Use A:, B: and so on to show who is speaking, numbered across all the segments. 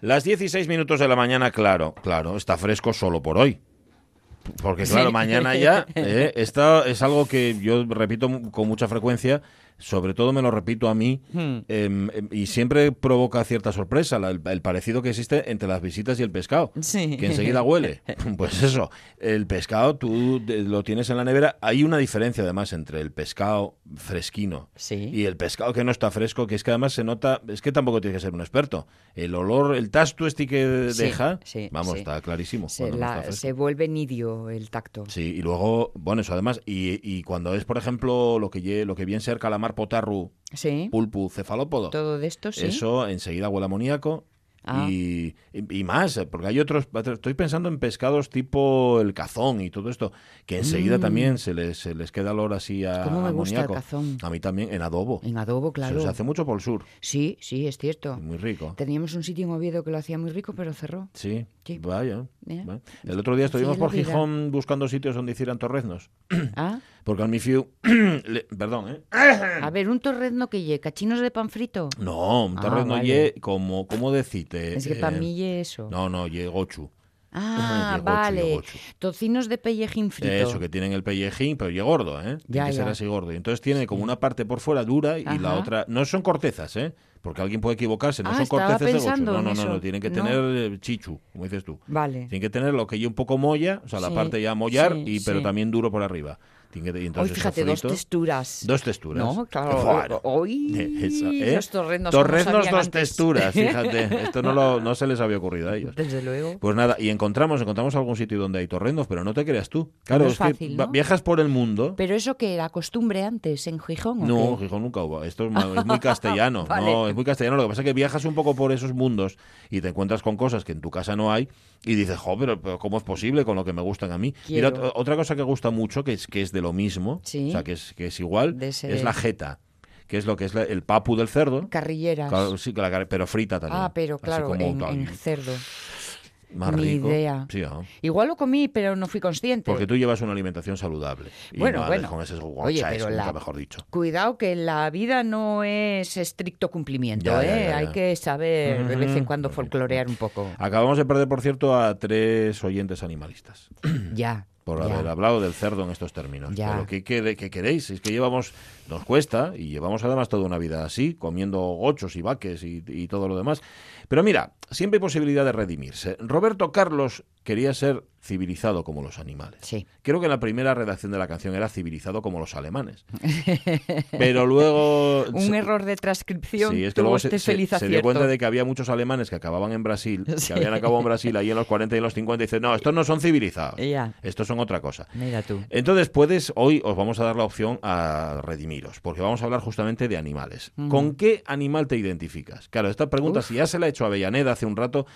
A: Las 16 minutos de la mañana, claro, claro, está fresco solo por hoy. Porque claro,
B: Sí.
A: mañana ya, eh, esta es algo que yo repito mu- con mucha frecuencia, sobre todo me lo repito a mí,
B: Hmm.
A: em, em, y siempre provoca cierta sorpresa la- el, el parecido que existe entre las visitas y el pescado,
B: Sí.
A: que enseguida huele. Pues eso, el pescado tú de- lo tienes en la nevera, hay una diferencia además entre el pescado fresquino
B: Sí.
A: y el pescado que no está fresco, que es que además se nota, es que tampoco tienes que ser un experto. El olor, el tasto este que
C: Sí,
A: deja,
C: sí,
A: vamos,
C: sí.
A: está clarísimo.
C: Se,
A: cuando no
C: la-
A: está fresco.
C: se vuelve nidio el tacto.
A: Sí, y luego, bueno, eso además, y, y cuando es, por ejemplo, lo que, lle- lo que bien ser calamar, potarru,
C: Sí,
A: pulpu, cefalópodo,
C: todo de esto sí.
A: eso enseguida huele a amoníaco.
C: Ah.
A: Y, y- y más, eh, porque hay otros, estoy pensando en pescados tipo el cazón y todo esto, que enseguida también se les, se les queda olor así a
C: Cómo Mm. me gusta el
A: amoníaco.
C: cazón.
A: A mí también, en adobo.
C: En adobo, claro.
A: Se les hace mucho por el sur,
C: Sí, sí, es cierto.
A: muy rico.
C: Teníamos un sitio en Oviedo que lo hacía muy rico, pero cerró.
A: Sí,
C: Sí.
A: vaya.
C: Mira.
A: vaya. El otro día estuvimos
C: Sí,
A: por
C: lo dirá.
A: Gijón buscando sitios donde hicieran torreznos,
C: Ah,
A: porque al Mifiu, le- perdón, ¿eh?
C: a ver, un torrezno que lle, cachinos de pan frito.
A: No, un
C: Ah,
A: torrezno
C: vale.
A: ye, como, ¿cómo decite?
C: es que
A: Eh,
C: para mí lle eso.
A: No, no, ye gochu.
C: Ah,
A: Lle gochu,
C: vale.
A: lle gochu.
C: Tocinos de pellejín frito.
A: Eh, Eso, que tienen el pellejín, pero ye gordo, ¿eh? Tiene
C: Ya,
A: que ser
C: ya.
A: así gordo. Y entonces tiene como una parte por fuera dura y la
C: Ajá.
A: otra... No son cortezas, ¿eh? Porque alguien puede equivocarse. No
C: Ah,
A: son
C: estaba
A: cortezas de gochu.
C: pensando
A: No,
C: en
A: no, no,
C: eso.
A: no. Tienen que
C: No.
A: tener eh, chichu, como dices tú.
C: Vale.
A: Tiene que tener lo que yo un poco molla, o sea, la
C: Sí,
A: parte ya mollar,
C: sí,
A: y, pero
C: sí.
A: también duro por arriba. Tiene que, y
C: Hoy,
A: entonces eso
C: fíjate, dos
A: frito-
C: texturas.
A: Dos texturas.
C: No, claro,
A: Fuera.
C: hoy
A: Eso, ¿eh?
C: los torreznos, ¿cómo
A: Torreznos
C: sabían
A: dos
C: antes?
A: texturas, fíjate. Esto no, lo- no se les había ocurrido a ellos.
C: Desde luego.
A: Pues nada, y encontramos, encontramos algún sitio donde hay torrendos, pero no te creas tú. Claro,
C: No es
A: es, que
C: fácil,
A: va-
C: ¿no?
A: viajas por el mundo.
C: Pero eso que era costumbre antes en Gijón. ¿o
A: No,
C: qué?
A: Gijón nunca hubo. Esto es, ma- es muy castellano.
C: Vale.
A: No, es muy castellano. Lo que pasa es que viajas un poco por esos mundos y te encuentras con cosas que en tu casa no hay y dices, jo, pero, pero ¿cómo es posible con lo que me gustan a mí?
C: Quiero.
A: Mira, ot- otra cosa que gusta mucho, que es, que es de lo mismo,
C: Sí.
A: o sea, que es, que es igual,
C: De ese-
A: es la jeta, que es lo que es la- el papu del cerdo.
C: Carrilleras.
A: Claro, sí, que la car- pero frita también.
C: ah, pero
A: Así
C: claro,
A: como
C: en,
A: tal,
C: en cerdo.
A: más
C: ni
A: rico.
C: idea.
A: Sí, ah.
C: Igual lo comí, pero no fui consciente.
A: Porque tú llevas una alimentación saludable. Y
C: Eh, Bueno,
A: no hables
C: bueno.
A: con esas
C: Oye,
A: guachas,
C: pero
A: nunca
C: la-
A: mejor dicho.
C: Cuidado que la vida no es estricto cumplimiento,
A: Ya,
C: ¿eh?
A: ya, ya, ya.
C: Hay que saber de vez en cuando folclorear un poco.
A: Acabamos de perder, por cierto, a tres oyentes animalistas.
C: Ya.
A: por
C: ya.
A: haber hablado del cerdo en estos términos.
C: Ya.
A: Pero ¿qué, quere- qué queréis? Es que llevamos, nos cuesta y llevamos además toda una vida así, comiendo gochos y vaques y, y todo lo demás. Pero mira, siempre hay posibilidad de redimirse. Roberto Carlos quería ser civilizado como los animales.
C: Sí.
A: Creo que en la primera redacción de la canción era civilizado como los alemanes. Pero luego...
C: Un error de transcripción.
A: Sí, es que
C: tuvo
A: luego
C: este
A: se, se-
C: feliz
A: se dio
C: acierto.
A: cuenta de que había muchos alemanes que acababan en Brasil,
C: Sí.
A: que habían acabado en Brasil ahí en los 40 y en los 50 y dicen, no, estos no son civilizados,
C: Ya.
A: estos son otra cosa.
C: Mira tú.
A: Entonces puedes, hoy os vamos a dar la opción a redimiros, porque vamos a hablar justamente de animales.
C: Mm.
A: ¿Con qué animal te identificas? Claro, esta pregunta si ya se la he hecho a Avellaneda hace un rato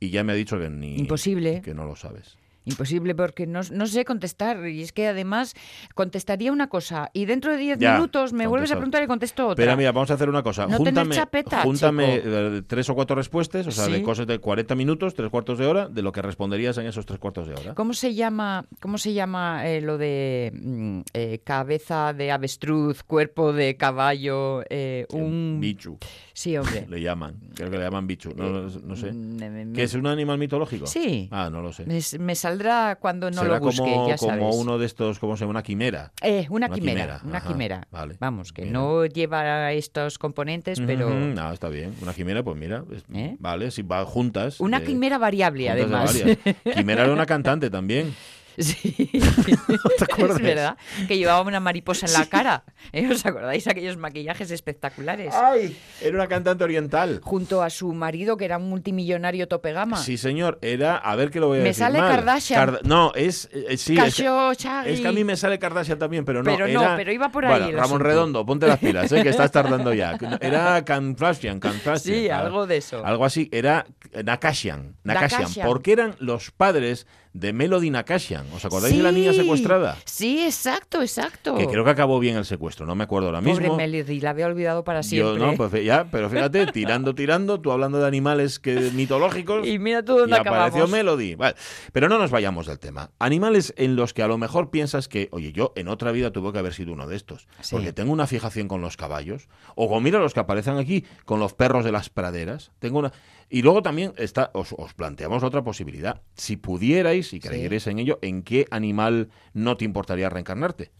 A: y ya me ha dicho que ni...
C: Imposible.
A: Que no lo sabes.
C: Imposible porque no, no sé contestar. Y es que además contestaría una cosa y dentro de 10
A: Ya,
C: minutos me vuelves a
A: contestar.
C: preguntar y contesto otra.
A: Pero mira, vamos a hacer una cosa.
C: No tener
A: júntame
C: chapeta,
A: júntame
C: chico.
A: eh, tres o cuatro respuestas, o sea, de
C: Sí.
A: cosas de 40 minutos, tres cuartos de hora, de lo que responderías en esos tres cuartos de hora.
C: ¿Cómo se llama, cómo se llama eh, lo de mm, eh, cabeza de avestruz, cuerpo de caballo? eh, un...
A: Bichu,
C: Sí, hombre.
A: le llaman. Creo que le llaman bichu. No, no, no sé.
C: Mm, eh, me-
A: ¿Que es un animal mitológico?
C: Sí.
A: Ah, no lo sé.
C: me, me saldrá cuando no
A: Será
C: lo busque,
A: como,
C: ya sabes.
A: como uno de estos, ¿cómo se llama? Una quimera.
C: Eh, una,
A: una
C: quimera,
A: quimera,
C: una
A: ajá,
C: quimera.
A: vale.
C: Vamos, que
A: Bien.
C: no lleva estos componentes, pero
A: Ujú, No, está bien. Una quimera, pues mira, es-
C: ¿Eh?
A: vale, si va juntas.
C: una
A: eh,
C: quimera variable,
A: juntas de
C: además.
A: varias. Quimera era una cantante también.
C: Sí,
A: acuerdas?
C: es verdad que llevaba una mariposa en la cara. ¿eh? ¿Os acordáis aquellos maquillajes espectaculares?
A: ¡Ay! Era una cantante oriental.
C: Junto a su marido, que era un multimillonario tope gama.
A: Sí, señor, era. A ver qué lo voy a
C: Me
A: decir.
C: sale
A: mal.
C: Kardashian.
A: no, es. eh, sí, es,
C: Khashoggi.
A: es que a mí me sale Kardashian también, pero no.
C: Pero no,
A: era-
C: pero iba por
A: Bueno,
C: ahí el
A: Ramón
C: asunto.
A: Redondo, ponte las pilas, eh, que estás tardando ya. Era Kardashian, Kardashian.
C: Sí,
A: ah,
C: algo de eso.
A: Algo así, era Nakashian, Nakashian,
C: Nakashian.
A: porque eran los padres de Melody Nakashian. ¿Os acordáis de la
C: Sí,
A: niña secuestrada?
C: Sí, exacto, exacto.
A: Que creo que acabó bien el secuestro, no me acuerdo ahora
C: Pobre
A: mismo.
C: Melody, la había olvidado para
A: Yo,
C: siempre. ¿eh?
A: no, pues ya, pero fíjate, tirando, tirando, tú hablando de animales que, mitológicos.
C: Y mira tú dónde
A: pues, y apareció
C: acabamos.
A: Melody. Vale. Pero no nos vayamos del tema. Animales en los que a lo mejor piensas que, oye, yo en otra vida tuve que haber sido uno de estos.
C: Sí.
A: Porque tengo una fijación con los caballos. O con, mira los que aparecen aquí, con los perros de las praderas. Tengo una... Y luego también está, os, os planteamos otra posibilidad. Si pudierais, y creyerais en ello, ¿en qué animal no te importaría reencarnarte?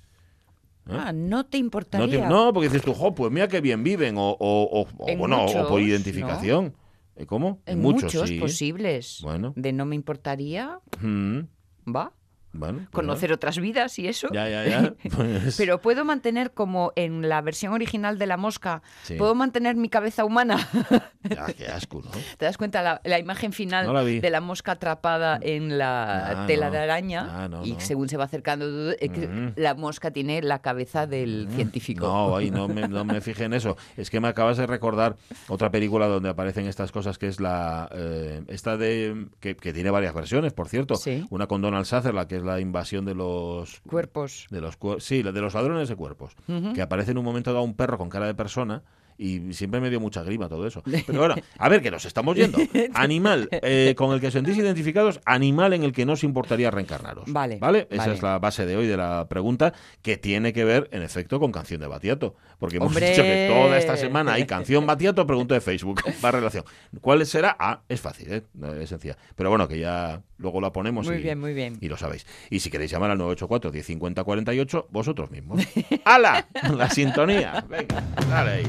C: Ah, no te
A: No,
C: importaría.
A: te- no, porque dices tú, jo, pues mira qué bien viven. O, o- o- o,
C: En
A: bueno, o- o
C: muchos,
A: por
C: ¿no?
A: identificación. ¿Eh, ¿Cómo?
C: En muchos, pues
A: sí.
C: posibles.
A: Bueno.
C: De no me importaría,
A: Mm,
C: va.
A: bueno, pues
C: Conocer otras vidas y eso.
A: Ya, ya, ya. Pues,
C: Pero puedo mantener como en la versión original de La Mosca,
A: Sí.
C: puedo mantener mi cabeza humana.
A: ya, qué asco, ¿no?
C: ¿Te das cuenta la, la imagen final
A: No la vi.
C: de la mosca atrapada en la
A: Ah,
C: tela
A: no.
C: de araña?
A: Ah, no,
C: y
A: no.
C: según se va acercando, eh, que
A: Mm.
C: la mosca tiene la cabeza del científico.
A: No, ay, no me, no me fijé en eso. Es que me acabas de recordar otra película donde aparecen estas cosas, que es la. eh, esta de. Que, que tiene varias versiones, por cierto.
C: Sí.
A: Una con Donald Sutherland, que es la invasión de los.
C: Cuerpos.
A: De los cuer- sí, la de los ladrones de cuerpos.
C: Ujú.
A: Que aparece en un momento dado un perro con cara de persona. Y siempre me dio mucha grima todo eso. Pero ahora, a ver, que nos estamos yendo. Animal eh, con el que os sentís identificados, animal en el que no os importaría reencarnaros.
C: Vale,
A: ¿Vale? Esa
C: vale.
A: es la base de hoy de la pregunta, que tiene que ver, en efecto, con canción de Batiato. Porque hemos
C: ¡Hombre!
A: dicho que toda esta semana hay canción Batiato, pregunta de Facebook. Va relación. ¿Cuál será? Ah, es fácil, ¿eh? No, es sencilla. Pero bueno, que ya luego la ponemos
C: Muy
A: y-
C: bien, muy bien.
A: y lo sabéis. Y si queréis llamar al 984-1050-48, vosotros mismos. ¡Hala! La sintonía. Venga, dale ahí.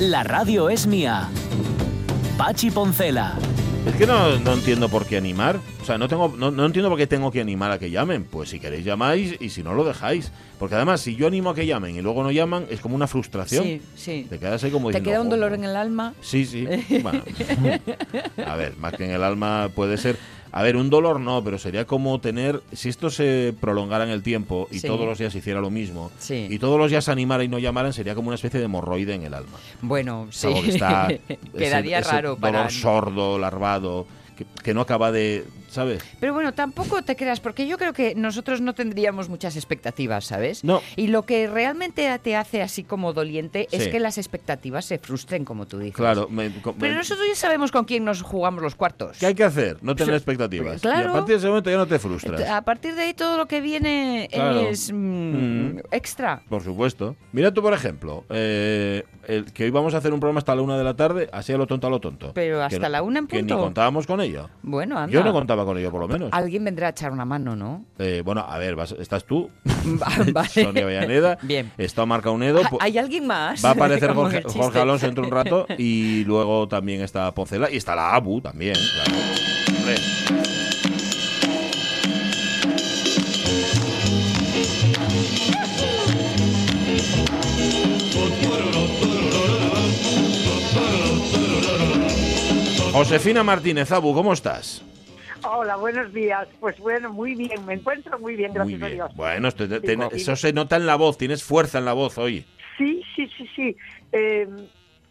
B: La radio es mía. Pachi Poncela.
A: Es que no, no entiendo por qué animar. O sea, no, tengo, no, no entiendo por qué tengo que animar a que llamen. Pues si queréis llamáis y si no lo dejáis. Porque además, si yo animo a que llamen y luego no llaman, es como una frustración.
C: Sí, sí.
A: Te quedas ahí como
C: Te
A: diciendo,
C: queda un
A: "Joder".
C: dolor en el alma.
A: Sí, sí. Bueno. A ver, más que en el alma puede ser. A ver, un dolor no, pero sería como tener. Si esto se prolongara en el tiempo y
C: Sí.
A: todos los días hiciera lo mismo,
C: Sí.
A: y todos los días se animara y no llamaran, sería como una especie de hemorroide en el alma.
C: Bueno, sí.
A: Salvo que está.
C: Quedaría
A: ese- ese
C: raro para.
A: Dolor sordo, larvado, que, que no acaba de. ¿Sabes?
C: Pero bueno, tampoco te creas, porque yo creo que nosotros no tendríamos muchas expectativas, ¿sabes?
A: No.
C: Y lo que realmente te hace así como doliente es
A: Sí.
C: que las expectativas se frustren, como tú dices.
A: Claro. me- co-
C: Pero
A: me-
C: nosotros ya sabemos con quién nos jugamos los cuartos.
A: ¿Qué hay que hacer? No tener expectativas. Y a
C: claro.
A: partir de ese momento ya no te frustras.
C: A partir de ahí todo lo que viene
A: Claro.
C: es mm,
A: Mm.
C: extra.
A: Por supuesto. Mira tú, por ejemplo, eh, el, que hoy vamos a hacer un programa hasta la una de la tarde, así a lo tonto, a lo tonto.
C: Pero
A: Que
C: hasta la una en
A: Que ni
C: punto.
A: contábamos con ello.
C: Bueno, anda.
A: Yo no contaba con ello, por lo menos.
C: Alguien vendrá a echar una mano, ¿no?
A: Eh, bueno, a ver, vas- estás tú,
C: Vale.
A: Sonia Avellaneda,
C: Bien.
A: está Marca Unedo. pues,
C: Ah,
A: po-
C: ¿Hay alguien más?
A: Va a aparecer
C: Como en
A: Jorge,
C: el chiste.
A: Jorge Alonso dentro de un rato y luego también está Poncela y está la Abu también, claro. Hombre. Josefina Martínez Abu, ¿cómo estás?
D: Hola, buenos días. Pues bueno, muy bien, me encuentro muy bien, gracias
A: Muy bien.
D: a Dios.
A: Bueno, esto- te-
D: Sí, sí.
A: eso se nota en la voz, tienes fuerza en la voz hoy.
D: Sí, sí, sí, sí. Eh,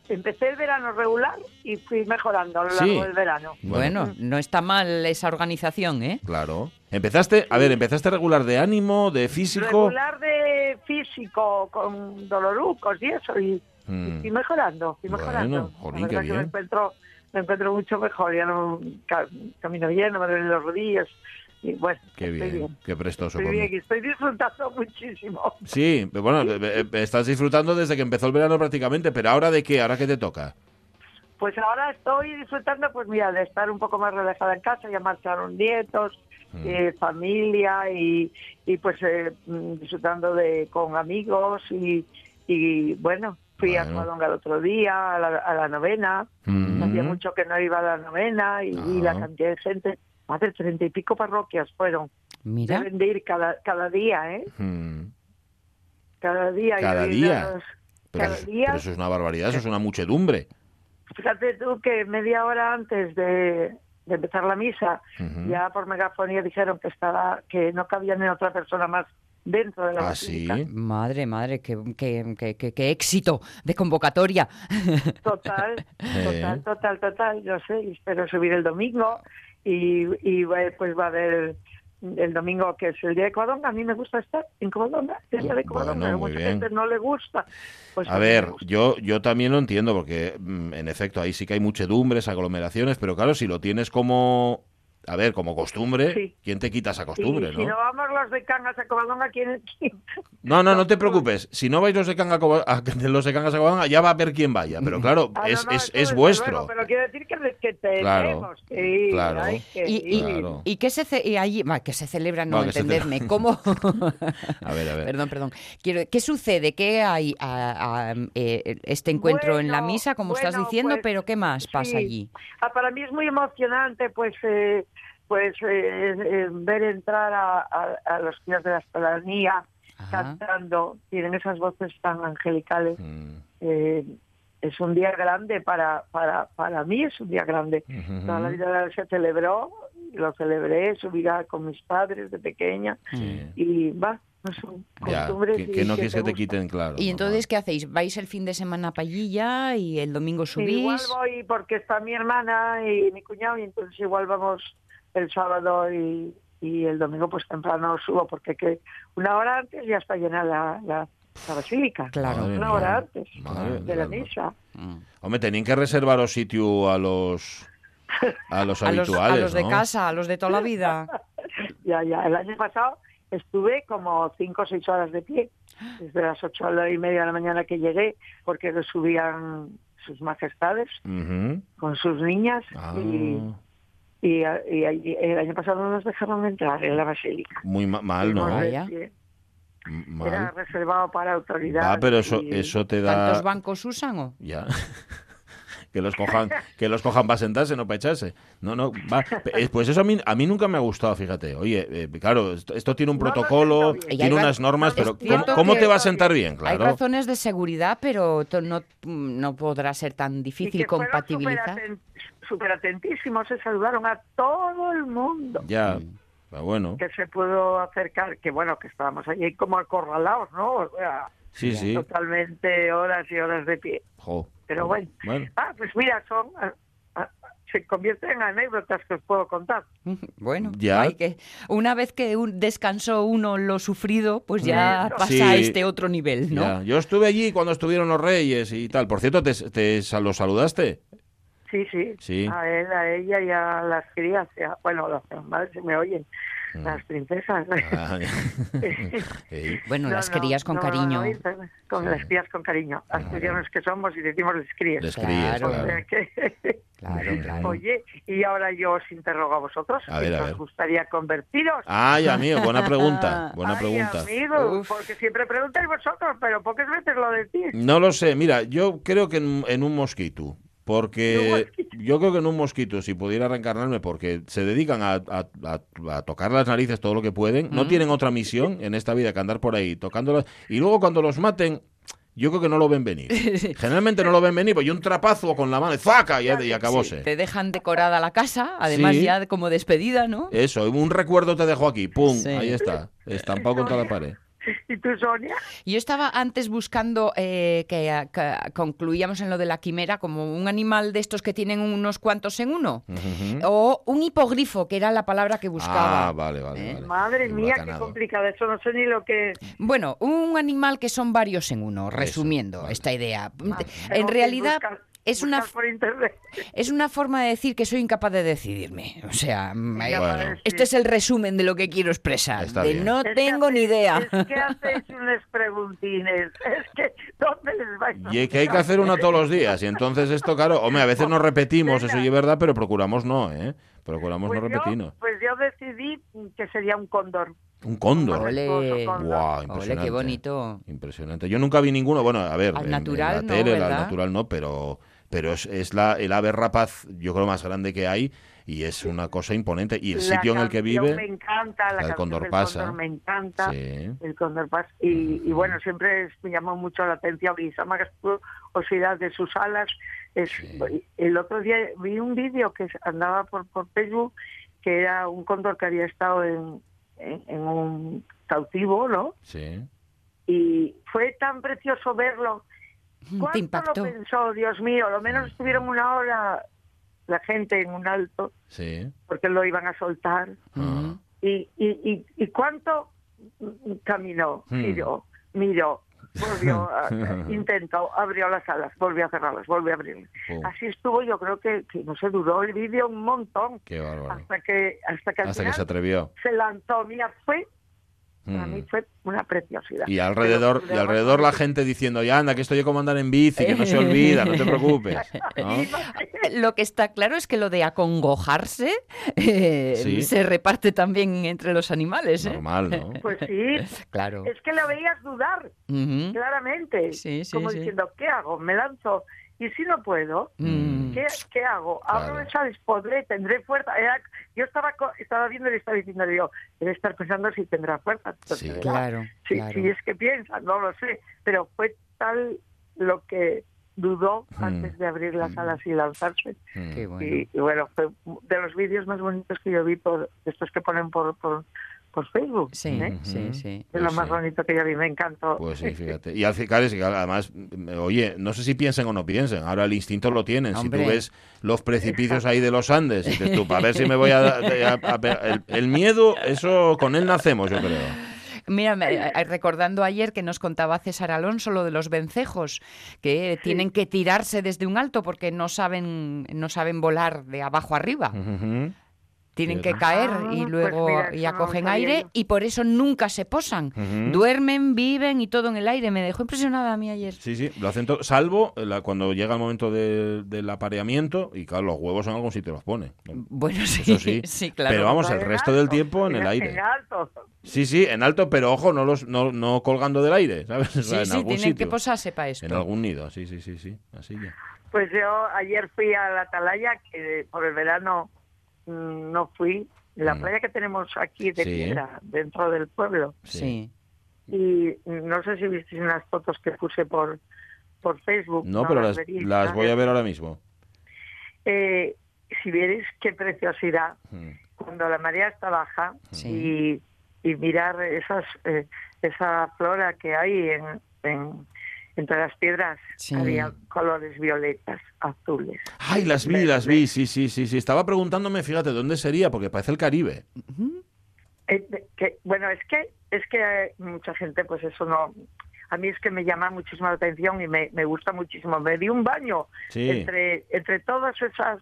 D: empecé el verano regular y fui mejorando a lo largo
A: Sí.
D: del verano.
C: Bueno, no está mal esa organización, ¿eh?
A: Claro. Empezaste, a ver, empezaste regular de ánimo, de físico.
D: Regular de físico, con dolorucos y eso, y,
A: Mm.
D: y mejorando, y
A: Bueno,
D: mejorando. La
A: jolín,
D: verdad
A: qué
D: que
A: bien.
D: Me encuentro, me encuentro mucho mejor, ya no ca- camino bien, no me duelen los rodillos. Y bueno,
A: Qué
D: estoy
A: bien, qué prestoso.
D: Estoy
A: por
D: bien,
A: mí.
D: y estoy disfrutando muchísimo.
A: Sí, pero bueno, eh, eh, estás disfrutando desde que empezó el verano prácticamente, pero ¿ahora de qué? ¿Ahora qué te toca?
D: Pues ahora estoy disfrutando, pues mira, de estar un poco más relajada en casa, ya marcharon nietos,
A: Mm.
D: eh, familia y, y pues eh, mm, disfrutando de con amigos y, y bueno, fui a
A: Bueno.
D: Covadonga el otro día, a la, a la novena,
A: Mm.
D: hacía mucho que no iba a la novena y, y
A: Ah.
D: la cantidad de gente, madre, treinta y pico parroquias fueron,
C: Mira.
D: deben de ir cada, cada día, ¿eh?
A: Mm.
D: Cada día. yo
A: Cada
D: he
A: día.
D: ido a los-
A: Pero,
D: cada
A: eso-
D: día.
A: pero eso es una barbaridad, eso es una muchedumbre.
D: Fíjate tú que media hora antes de, de empezar la misa,
A: Ujú.
D: ya por megafonía dijeron que estaba que no cabía ni otra persona más dentro de la
A: Ah, sí.
D: basílica.
C: Madre, madre, qué, qué- qué- qué- qué éxito de convocatoria.
D: Total,
A: Eh.
D: total, total, total. Yo sé, espero subir el domingo y, y eh, pues va a haber el domingo que es el día de Covadonga, a mí me gusta estar en Covadonga, el día de Covadonga,
A: Bueno,
D: a
A: muy
D: mucha
A: bien.
D: gente no le gusta. Pues
A: A
D: mí me
A: ver,
D: gusta.
A: yo, yo también lo entiendo, porque mm, en efecto ahí sí que hay muchedumbres, aglomeraciones, pero claro, si lo tienes como, a ver, como costumbre,
D: Sí.
A: ¿quién te quita esa
D: Y
A: costumbre,
D: Si no vamos los de Cangas a Covadonga, ¿quién, quién?
A: No, no, no te preocupes. Si no vais los de Canga, a Coba- a- de los de Canga a Covadonga, ya va a ver quién vaya. Pero claro,
D: Ah, no,
A: es,
D: no,
A: es,
D: eso
A: es
D: desde
A: vuestro.
D: luego, pero quiero decir que, que
A: Claro,
D: tenemos que ir,
A: claro.
D: hay que
C: Y, y,
D: ir.
A: Claro.
C: y que se ce- y allí, bah, que se celebra, no,
A: No, que se
C: entendedme,
A: celebra.
C: ¿cómo?
A: A ver, a ver.
C: Perdón, perdón. Quiero, ¿Qué sucede? ¿Qué hay a, a, eh, este encuentro en la
D: Bueno,
C: misa, como estás
D: bueno,
C: diciendo?
D: pues,
C: pero ¿qué más pasa
D: sí.
C: allí?
D: Ah, para mí es muy emocionante, pues, eh, pues eh, eh, ver entrar a, a- a los tíos de la escolanía
C: Ajá.
D: cantando, tienen esas voces tan angelicales.
A: Mm,
D: Eh, es un día grande para, para, para mí, es un día grande.
A: ujú,
D: Toda la vida se celebró, lo celebré, subí a- con mis padres de pequeña
A: sí.
D: y va, no son
A: Ya,
D: costumbres.
A: que,
D: y
A: que no
D: que
A: que se te
D: gustan.
A: quiten, claro.
C: ¿Y entonces
A: normal.
C: qué hacéis? ¿Vais el fin de semana para allí ya y el domingo
D: Sí, Igual
C: subís?
D: voy porque está mi hermana y mi cuñado y entonces igual vamos el sábado y, y el domingo pues temprano subo porque que una hora antes ya está llena la, la, la basílica.
C: Claro.
A: Madre
D: Una
A: mía.
D: hora antes
A: Madre
D: de la
A: del alma.
D: misa.
C: Mm.
A: Hombre, tenían que reservaros sitio a los a los
C: A los,
A: habituales,
C: a los de
A: ¿no?
C: casa, a los de toda la vida.
D: Ya, ya. El año pasado estuve como cinco o seis horas de pie, desde las ocho a la y media de la mañana que llegué, porque subían sus majestades
A: Ujú.
D: con sus niñas
A: Ah,
D: y, y, a- y allí- el año pasado no nos dejaron entrar en la basílica.
A: muy ma- mal, Ah, ¿no?
D: Fuimos de
C: Vaya.
D: pie.
A: M-
D: Era
A: Mal.
D: reservado para autoridades.
A: Ah, pero eso
D: y-
A: eso te
C: ¿Cuántos
A: da
C: bancos usan o?
A: Ya. que los cojan, que los cojan para sentarse, no para echarse. No, no, va. Eh, Pues eso a mí, a mí nunca me ha gustado, fíjate. Oye, eh, claro, esto, esto tiene un
D: No, no,
A: protocolo,
D: no, no, no.
C: Y hay
A: tiene unas
D: ra-
A: normas,
D: no,
A: pero
D: es
A: ¿cómo,
C: cierto
A: cómo
C: que-
A: te va a sentar bien? Claro.
C: Hay razones de seguridad, pero to- no, no podrá ser tan
D: y
C: difícil
D: que fueron
C: compatibilizar.
D: superaten- Superatentísimos, se saludaron a todo el mundo
A: Ya,
C: Mm.
A: pero bueno.
D: que se pudo acercar, que bueno, que estábamos allí como acorralados, ¿no? O sea,
A: Sí, sí.
D: totalmente horas y horas de pie.
A: Jo.
D: Pero bueno.
A: Bueno.
D: Ah, pues mira, son ah, ah, se convierten en anécdotas que os puedo contar.
C: Bueno,
A: Ya.
C: hay que, una vez que un- descansó uno lo sufrido, pues ya
A: Mm,
C: pasa
A: sí.
C: a este otro nivel, ¿no?
A: Ya. Yo estuve allí cuando estuvieron los reyes y tal. Por cierto, ¿te, te sal- los saludaste?
D: Sí, sí,
A: Sí.
D: A él, a ella y a las crías. y a- bueno, las madres se me oyen,
A: Mm.
D: las princesas.
A: Ah, sí.
C: Bueno,
D: No,
C: las
D: no,
C: querías con
D: no,
C: cariño.
D: no, no, con
A: Sí.
D: las crías con cariño. Asturianos que somos y decimos les crías.
A: Les críes,
C: Claro.
D: O sea
A: claro.
D: que-
C: Claro, claro.
D: Oye, y ahora yo os interrogo a vosotros.
A: A ver,
D: ¿qué
A: a
D: os
A: ver.
D: gustaría convertiros?
A: Ay, amigo, buena pregunta. Buena
D: Ay,
A: pregunta.
D: amigo,
C: Uf.
D: porque siempre preguntáis vosotros, pero pocas veces lo decís.
A: No lo sé, mira, yo creo que en, en un mosquito.
D: ¿En un
A: Porque
D: mosquito?
A: yo creo que en un mosquito, si pudiera reencarnarme, porque se dedican a, a- a- a tocar las narices todo lo que pueden, no tienen otra misión en esta vida que andar por ahí tocándolas. Y luego cuando los maten, yo creo que no lo ven venir. Generalmente no lo ven venir, pues yo un trapazo con la mano, ¡zaca! Y, y acabóse.
C: Te dejan decorada la casa, además
A: Sí. Eh.
C: ya como despedida, ¿no?
A: Eso, un recuerdo te dejo aquí, ¡pum!
C: Sí.
A: Ahí está, estampado contra la pared.
D: ¿Y tú, Sonia?
C: Yo estaba antes buscando eh, que, a- que concluíamos en lo de la quimera como un animal de estos que tienen unos cuantos en uno. O un hipogrifo, que era la palabra que buscaba.
A: Mm. Ah, vale, vale.
C: ¿Eh?
A: vale.
D: Madre
A: El
D: mía, qué
A: huracanado.
D: complicado. Eso no sé ni lo que...
C: Bueno, un animal que son varios en uno, resumiendo
A: vale.
C: esta idea.
D: Tengo
C: en
D: que
C: realidad
D: buscar-
C: es una
D: buscar por internet.
C: es una forma de decir que soy incapaz de decidirme. O sea, mm, eh,
D: Ya
A: Bueno.
D: parece.
C: este es el resumen de lo que quiero expresar.
A: Está
C: de
A: bien.
C: no
D: Es que
C: tengo ni
D: hacéis-
C: idea.
D: Es que hacéis unos preguntines. Es que, ¿dónde les vais a
A: Y es que hay que
D: buscar?
A: hacer uno todos los días. Y entonces esto, claro, hombre, a veces nos repetimos, eso sí es verdad, pero procuramos no, ¿eh? Procuramos
D: Pues
A: no repetirnos.
D: yo, pues yo decidí que sería un cóndor.
A: Un cóndor.
C: Ole.
A: Guau,
C: Ole,
A: impresionante.
C: qué bonito.
A: Impresionante. Yo nunca vi ninguno, bueno, a ver,
C: Al
A: en- en
C: natural
A: la
C: no,
A: tele, al
C: ¿verdad?
A: natural no, pero pero es, es la, el ave rapaz, yo creo, más grande que hay y es una cosa imponente. Y el
D: La
A: sitio en el que
D: canción Me
A: vive...
D: encanta,
A: la
D: la
A: del
D: canción
A: cóndor
D: del
A: pasa.
D: cóndor me encanta.
A: Sí.
D: El cóndor pasa. Y, y bueno, siempre es- me llamó mucho la atención y esa majestuosidad de sus alas. Es, El otro día vi un vídeo que andaba por, por Facebook que era un cóndor que había estado en, en, en un cautivo, ¿no?
A: Sí.
D: y fue tan precioso verlo.
C: Te
D: ¿Cuánto
C: impactó.
D: lo pensó, Dios mío? Lo menos estuvieron una hora la gente en un alto
A: Sí.
D: porque lo iban a soltar.
A: Ah.
D: ¿Y, y, y, y cuánto caminó?
A: Hmm.
D: Miró, miró, volvió, a- intentó, abrió las alas, volvió a cerrarlas, volvió a abrirlas.
A: Oh.
D: Así estuvo, yo creo que, que no se duró el vídeo un montón
A: Qué bárbaro.
D: hasta que hasta que, al
A: Hasta que
D: final
A: se atrevió.
D: se lanzó. Mira, fue para
A: Mm.
D: mí fue una preciosidad.
A: Y alrededor,
D: Pero-
A: y alrededor la gente diciendo, ya anda, que esto yo como andar en bici, que no se olvida, no te preocupes. ¿no?
C: Lo que está claro es que lo de acongojarse eh,
A: Sí.
C: se reparte también entre los animales. ¿eh?
A: Normal, ¿no?
D: Pues sí,
C: Claro.
D: es que la veías dudar,
C: Ujú.
D: claramente.
C: Sí, sí,
D: como
C: sí.
D: diciendo, ¿qué hago? ¿Me lanzo? ¿Y si no puedo?
C: Mm.
D: ¿Qué, qué hago? ¿Abro
A: Claro.
D: el chales? ¿Podré? ¿Tendré fuerza? Era- yo estaba, co- estaba viendo y le estaba diciendo, digo, debe estar pensando si tendrá fuerza. Entonces,
A: Sí.
D: claro,
C: Claro,
D: si,
C: claro.
D: si es que piensa, no lo sé. Pero fue tal lo que dudó
A: Mm.
D: antes de abrir las alas y lanzarse.
A: Mm.
C: Qué bueno.
D: Y, y bueno, fue de los vídeos más bonitos que yo vi, por de estos que ponen por, por, por Facebook.
C: Sí,
D: ¿eh?
C: sí, sí.
D: Es lo
A: Pues
D: más
A: sí.
D: bonito que yo vi, me encantó.
A: Pues sí, fíjate. Y al final, es que además, mm, oye, no sé si piensen o no piensen, ahora el instinto lo tienen. Si
C: Hombre.
A: tú ves los precipicios ahí de los Andes, y dices tú, a ver si me voy a... a- a- a- el, el miedo, eso con él nacemos, yo creo.
C: Mira, me- a- a- recordando ayer que nos contaba César Alonso lo de los vencejos, que tienen que tirarse desde un alto porque no saben, no saben volar de abajo arriba.
A: Mm, Ujú.
C: Tienen que
A: Cierto.
C: caer
D: Ah,
C: y
D: pues
C: luego
D: mira, eso
C: ya
D: no lo
C: cogen
D: sabía
C: aire
D: yo.
C: y por eso nunca se posan.
A: Ujú.
C: Duermen, viven y todo en el aire. Me dejó impresionada a mí ayer.
A: Sí, sí, lo hacen todo, salvo la- cuando llega el momento de- del apareamiento y claro, los huevos en algún sitio los ponen.
C: Bueno, sí,
A: Eso sí.
C: sí, claro.
A: Pero vamos,
D: Estaba
A: el
D: en
A: resto del
D: alto,
A: tiempo en el aire.
D: En alto.
A: Sí, sí, en alto, pero ojo, no los no, no colgando del aire, ¿sabes? O
C: sí,
A: sea, en
C: sí,
A: algún
C: tienen que
A: sitio.
C: posarse para esto.
A: en algún nido, sí, sí, sí, sí, así ya.
D: Pues yo ayer fui a la Atalaya, que por el verano mm, no fui. La
A: Mm.
D: playa que tenemos aquí de
A: Sí.
D: piedra, dentro del pueblo.
C: Sí.
D: Y no sé si visteis unas fotos que puse por por Facebook.
A: No, pero las,
D: veréis,
A: las
D: ¿no?
A: voy a ver ahora mismo.
D: Eh, si vieres qué preciosidad
A: Mm.
D: cuando la marea está baja
C: Sí.
D: y, y mirar esas eh, esa flora que hay en, en- entre las piedras
C: Sí.
D: había colores violetas, azules.
A: Ay, las vi,
D: Ve-
A: las
D: ve-
A: vi, sí, sí, sí, sí. Estaba preguntándome, fíjate, ¿dónde sería? Porque parece el Caribe.
D: Eh, de- que- bueno, es que es que eh, mucha gente, pues eso no. A mí es que me llama muchísimo la atención y me, me gusta muchísimo. Me di un baño
A: Sí.
D: entre entre todas esas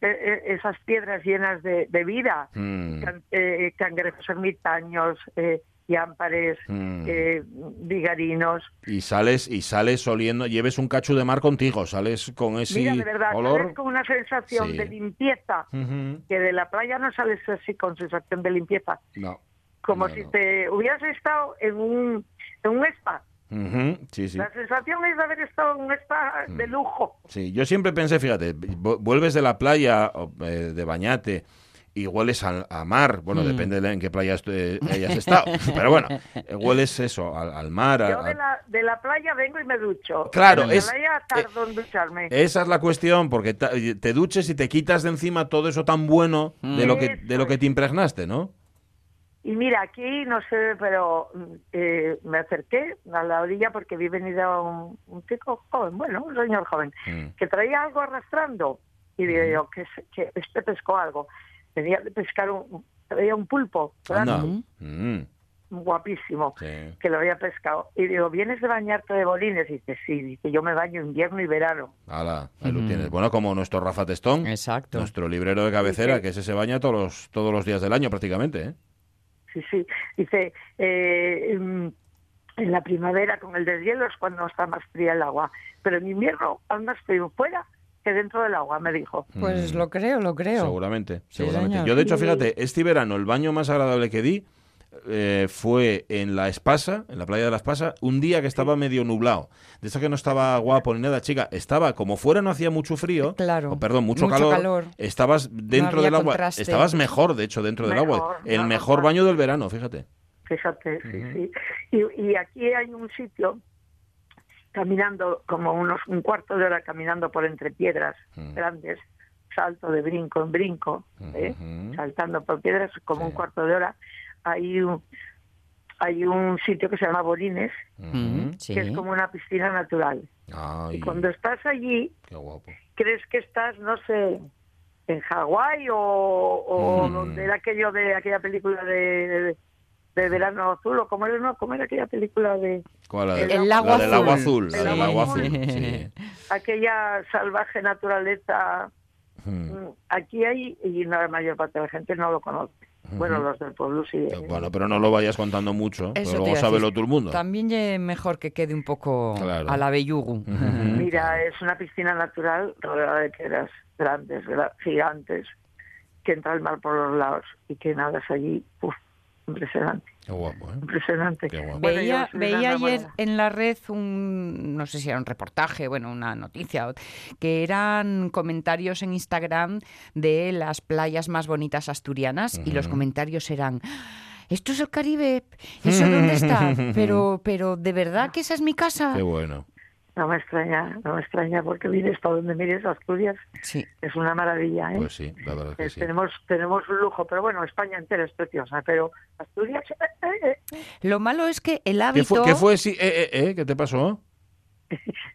D: eh, eh, esas piedras llenas de, de vida,
A: Mm.
D: Can- eh, cangrejos ermitaños, eh, llámpares,
A: Mm.
D: eh, vigarinos.
A: Y sales, y sales oliendo, lleves un cacho de mar contigo, sales con ese
D: Mira, de verdad,
A: olor.
D: sales con una sensación
A: Sí.
D: de limpieza
A: Ujú.
D: que de la playa no sales así con sensación de limpieza,
A: No.
D: como
A: no,
D: si
A: no.
D: te hubieras estado en un en un spa.
A: Ujú, Sí, Mm. sí.
D: La sensación es de haber estado en un spa de lujo.
A: Sí, yo siempre pensé, fíjate, vu- vuelves de la playa o, eh, de bañate y hueles al- a, mar, bueno, depende de en qué playa estu- eh, hayas estado, pero bueno, eh, hueles eso, al, al mar. a-
D: Yo de
A: a-
D: la, de la playa vengo y me ducho.
A: Ah, Claro,
D: de la
A: es- eh,
D: playa tardo en ducharme.
A: Esa es la cuestión, porque ta- te duches y te quitas de encima todo eso tan bueno de lo que, de lo que te impregnaste, ¿no?
D: Y mira, aquí no sé, pero mm, eh, me acerqué a la orilla porque vi venir a un, un chico joven, bueno, un señor joven,
A: Mm.
D: que traía algo arrastrando. Y digo yo, que, es- que este pescó algo. Venía de pescar un, traía un pulpo, grande,
A: Anda. Mm,
D: guapísimo.
A: sí.
D: que lo había pescado. Y digo, ¿vienes de bañarte de bolines? Y dice, sí, dice, yo me baño invierno y verano.
A: Ala, ahí lo tienes. Bueno, como nuestro Rafa Testón,
C: Exacto.
A: nuestro librero de cabecera,
D: Sí.
A: que ese se baña todos los, todos los días del año prácticamente, ¿eh?
D: Sí, sí. Dice, eh, mm, en la primavera con el deshielo es cuando está más fría el agua, pero en invierno aún más frío fuera que dentro del agua, me dijo.
A: Mm.
C: Pues lo creo, lo creo.
A: Seguramente,
C: Sí,
A: seguramente.
C: señor.
A: Yo, de hecho, fíjate, este verano el baño más agradable que di eh, fue en La Espasa, en la playa de La Espasa, un día que estaba medio nublado. De eso que no estaba guapo ni nada, chica, estaba como fuera, no hacía mucho frío,
C: Eh, Claro.
A: o, perdón, mucho,
C: Mucho
A: calor,
C: calor.
A: Estabas dentro
C: había
A: del agua,
C: contraste.
A: estabas mejor, de hecho, dentro del agua.
D: Mejor,
A: El
D: no,
A: mejor
D: no.
A: baño del verano, fíjate.
D: Fíjate, sí, sí. Y, y aquí hay un sitio caminando como unos un cuarto de hora caminando por entre piedras grandes, salto de brinco en brinco, ¿eh?
A: Ujú.
D: saltando por piedras como un
A: Sí.
D: cuarto de hora. Hay un hay un sitio que se llama Bolines,
C: Mm, sí.
D: que es como una piscina natural.
A: Ay,
D: Y cuando estás allí,
A: qué guapo.
D: crees que estás, no sé, en Hawái o, o
A: Mm.
D: donde era aquello de aquella película de, de Verano Azul o como era, no, cómo era aquella película de
A: ¿Cuál? La
D: El
A: de-
D: lago
A: la del agua
D: azul.
A: azul. La
D: El
A: del
D: lago
A: agua azul.
D: azul.
A: Sí.
D: aquella salvaje naturaleza.
A: Mm.
D: Mm, Aquí hay, y la mayor parte de la gente no lo conoce. Bueno,
A: Ujú.
D: los del pueblo sí. eh.
A: Bueno, pero no lo vayas contando mucho,
C: Eso
A: pero
C: te
A: luego
C: iba a
A: sábelo
C: decir.
A: todo el mundo.
C: También es mejor que quede un poco
A: Claro.
C: a la bellugu.
A: Ujú.
D: Mira, es una piscina natural rodeada de piedras grandes, gra- gigantes, que entra el mar por los lados y que nadas allí. Uf, impresionante,
A: Qué guapo, ¿eh?
D: impresionante.
A: Qué guapo.
D: Bueno, yo
C: veía
D: soy una
C: veía ayer
D: enamorada.
C: en la red un, no sé si era un reportaje, bueno, una noticia, o- que eran comentarios en Instagram de las playas más bonitas asturianas y los comentarios eran... "Ah, Esto es el Caribe, ¿eso dónde está? Pero, pero de verdad que esa es mi casa.
A: Qué bueno.
D: No me extraña, no me extraña porque mires para donde mires Asturias,
C: Sí.
D: es una maravilla, ¿eh?
A: Pues sí, la verdad
D: Eh,
A: que sí.
D: Tenemos tenemos un lujo, pero bueno, España entera es preciosa, pero Asturias... eh, eh, eh,
C: Lo malo es que el hábito...
A: ¿Qué fue? ¿Qué fue? Sí, eh, eh, eh, ¿Qué te pasó?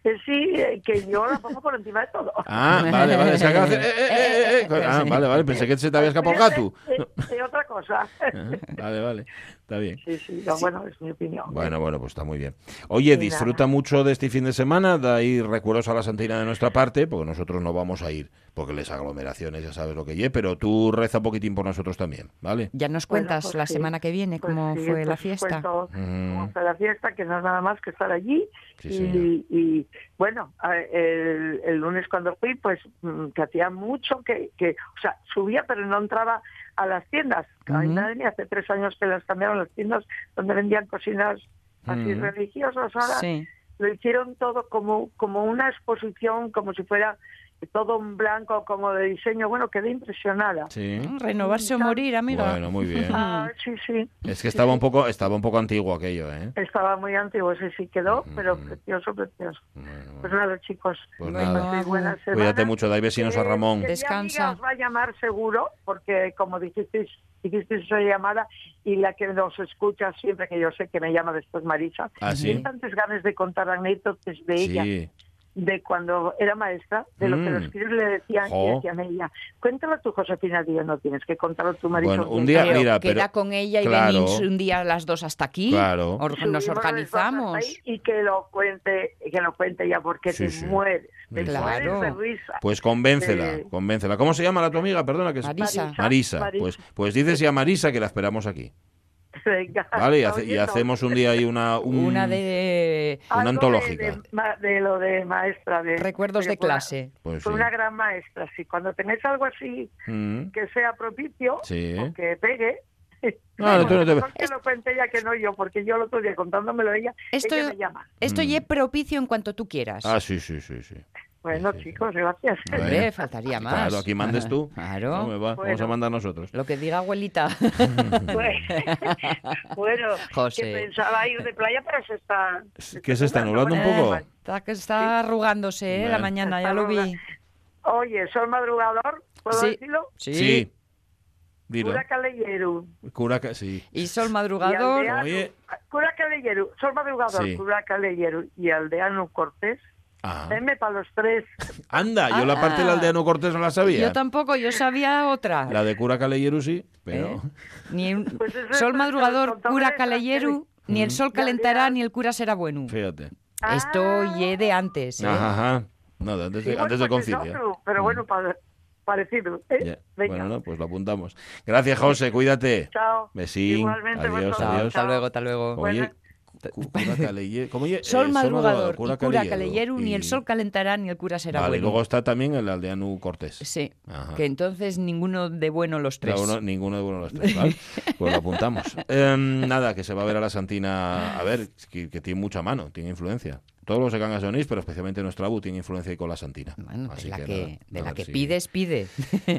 D: eh, sí, eh, que yo la pongo por encima de todo.
A: Ah, vale, vale. se acaba de hacer, eh, eh, eh, eh, eh. Ah, vale, vale. Pensé que se te había escapado el gato.
D: Eh, eh, otra cosa.
A: Ah, Vale, vale. Está bien.
D: Sí, sí, no, bueno, es mi opinión.
A: Bueno, bueno, pues está muy bien. Oye,
D: nada.
A: disfruta mucho de este fin de semana, da ahí recuerdos a la Santina de nuestra parte, porque nosotros no vamos a ir, porque les aglomeraciones ya sabes lo que lle, pero tú reza un poquitín por nosotros también, ¿vale?
C: Ya nos
D: Bueno,
C: cuentas
D: pues
C: la
D: sí.
C: semana que viene
D: Pues
C: cómo
D: sí,
C: fue la
D: entonces
C: fiesta.
D: cuento
A: Mm.
D: cómo fue la fiesta, que no es nada más que estar allí.
A: Sí, señor.
D: y, y, bueno, a- el, el lunes cuando fui, pues mm, que hacía mucho que, que, o sea, subía pero no entraba a las tiendas. Ay,
C: Ujú.
D: madre mía, hace tres años que las cambiaron las tiendas donde vendían cocinas así
A: Ujú.
D: religiosas. Ahora
C: Sí.
D: lo hicieron todo como, como una exposición, como si fuera todo en blanco, como de diseño. Bueno, quedé impresionada.
A: Sí.
C: Ah, Renovarse o morir, amiga.
A: ¿Mm? Bueno, muy bien.
D: Ah, sí, sí.
A: Es que estaba un poco, estaba un poco antiguo aquello, ¿eh?
D: Estaba muy antiguo, ese sí quedó, pero precioso, precioso.
A: Bueno,
D: Pues nada, chicos.
A: Pues
C: Bueno,
A: nada.
D: muy buena semana.
A: Cuídate mucho, dai vecinos a
D: Eh,
A: Ramón.
D: que mi
C: Descansa.
D: amiga os va a llamar seguro, porque como dijisteis, dijisteis soy llamada y la que nos escucha siempre, que yo sé que me llama después Marisa.
A: ¿Ah, sí?
D: Tengo tantas ganas de contar anécdotas de ella,
A: Sí.
D: de cuando era maestra, de lo que
A: Mm.
D: los críos le decían
A: Jo.
D: y decían a ella, cuéntalo tú, Josefina, digo, no tienes que contarlo tú, Marisa.
A: Bueno, un
D: porque
A: día,
C: Pero
A: mira,
C: queda
A: pero
C: con ella y
A: claro.
C: venís un día las dos hasta aquí.
A: Claro.
C: Or-
D: subimos
C: nos
D: las
C: organizamos.
D: cosas ahí Y que lo cuente, que lo cuente ya porque
A: Sí,
D: te
A: sí.
D: mueres, te
A: Claro.
D: mueres de risa.
A: pues convéncela,
D: Eh,
A: convéncela. ¿Cómo se llama la tu amiga? Perdona que es-
C: Marisa.
A: Marisa.
D: Marisa.
A: Pues, pues dices ya a Marisa que la esperamos aquí,
D: Venga,
A: ¿vale? Y, hace- y
D: Ah, oyendo.
A: hacemos un día ahí una, un-
C: Una de
A: una
D: Algo
A: antológica.
D: De, de ma- de lo de maestra. De,
C: recuerdos de
D: fue una-
C: clase.
A: Pues
D: fue
A: sí.
D: una gran maestra, sí. Cuando tengáis algo así
A: Mm.
D: que sea propicio,
A: Sí.
D: o que pegue.
A: No, no, tú no te-
D: mejor que lo cuente ella que no yo, porque yo el otro día contándomelo ella,
C: Esto-
D: ella me llama.
C: Esto
A: Mm.
C: ya es propicio en cuanto tú quieras.
A: Ah, sí, sí, sí, sí.
D: Bueno,
A: sí, sí.
D: chicos, gracias.
A: Bueno.
C: Hombre, faltaría más.
A: Claro, aquí mandes tú. No
C: Claro.
A: me va, Vamos a
D: Bueno.
A: mandar nosotros.
C: Lo que diga abuelita.
D: bueno,
C: José.
D: que pensaba ir de playa, pero se está...
A: ¿Qué se está nublando un
C: Eh,
A: poco?
C: está, que está arrugándose eh, la
A: Bueno.
C: mañana,
D: Está
C: ya lo vi.
D: arrugada. Oye, ¿soy madrugador? ¿Puedo
C: Sí.
D: decirlo?
A: Sí. Dilo.
D: Cura Callejeru.
A: Curaca, sí.
C: Y sol
D: Y
C: madrugador.
D: aldeano-
A: Oye.
D: Cura Callejeru, soy madrugador,
A: Sí.
D: Cura Callejeru y Aldeano Cortés.
A: Ah.
D: Denme para los tres.
A: Anda, yo la parte del
C: Ah.
A: aldeano Cortés no la sabía.
C: Yo tampoco, yo sabía otra.
A: La de Cura Caleyeru sí, pero...
C: ¿eh? Ni un-
D: Pues eso es lo
C: sol
D: que
C: madrugador,
D: nos contaba
C: cura
D: esa
C: caleyeru, ni
A: Mm.
C: el sol
D: Ya, ya.
C: calentará, ni el cura será bueno.
A: Fíjate.
C: Esto ye de antes. ¿eh?
A: Ajá, ajá. No, de antes, de-
D: Y bueno,
A: antes del
D: pues es
A: concilio.
D: otro, pero bueno, pa- parecido. ¿eh?
A: Ya.
D: Venga.
A: Bueno, no, pues lo apuntamos. Gracias, José, cuídate.
D: Chao.
A: Besín.
D: Igualmente,
A: Adiós,
D: vosotros.
A: adiós.
C: Chao, hasta luego, hasta luego.
A: Oye,
D: Buenas.
A: cu- Cura Caleyeru... ¿Cómo ye- eh,
C: Sol madrugador y cura
A: Caleyeru
C: caleyeru, ni
A: y-
C: el sol calentará, ni el cura será
A: Vale, y
C: bueno.
A: luego está también el aldeano Cortés.
C: Sí,
A: Ajá.
C: que entonces ninguno de bueno los tres.
A: Cada uno- ninguno de uno de los tres, ¿vale? Pues lo apuntamos. Em, nada, que se va a ver a la Santina, a ver, que, que tiene mucha mano, tiene influencia. Todos los de Cangas de Onís, pero especialmente nuestra ABU tiene influencia ahí con la Santina.
C: Bueno, de
A: Así
C: la que,
A: nada,
C: de
A: a
C: la
A: ver
C: que
A: si-
C: pides, pide.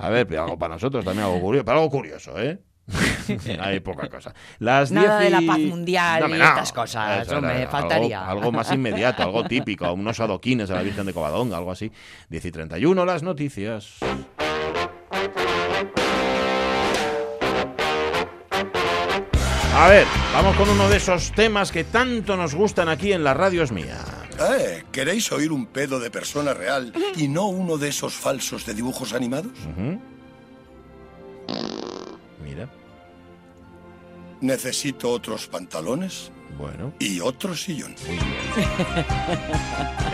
A: A ver, pero algo para nosotros, también algo curioso, pero algo curioso, ¿eh? Hay poca cosa. Las
C: Nada
A: 10
C: de
A: y-
C: la paz mundial
A: Dame,
C: y
A: no.
C: estas cosas, hombre,
A: algo-
C: faltaría.
A: Algo, más inmediato, algo típico, unos adoquines a la Virgen de Covadonga, algo así. 10 y 31, las noticias. A ver, vamos con uno de esos temas que tanto nos gustan aquí en la radio es mía.
E: Eh, ¿queréis oír un pedo de persona real y no uno de esos falsos de dibujos animados?
A: Ujú. Mira,
E: Necesito otros pantalones
A: bueno.
E: y otro sillón.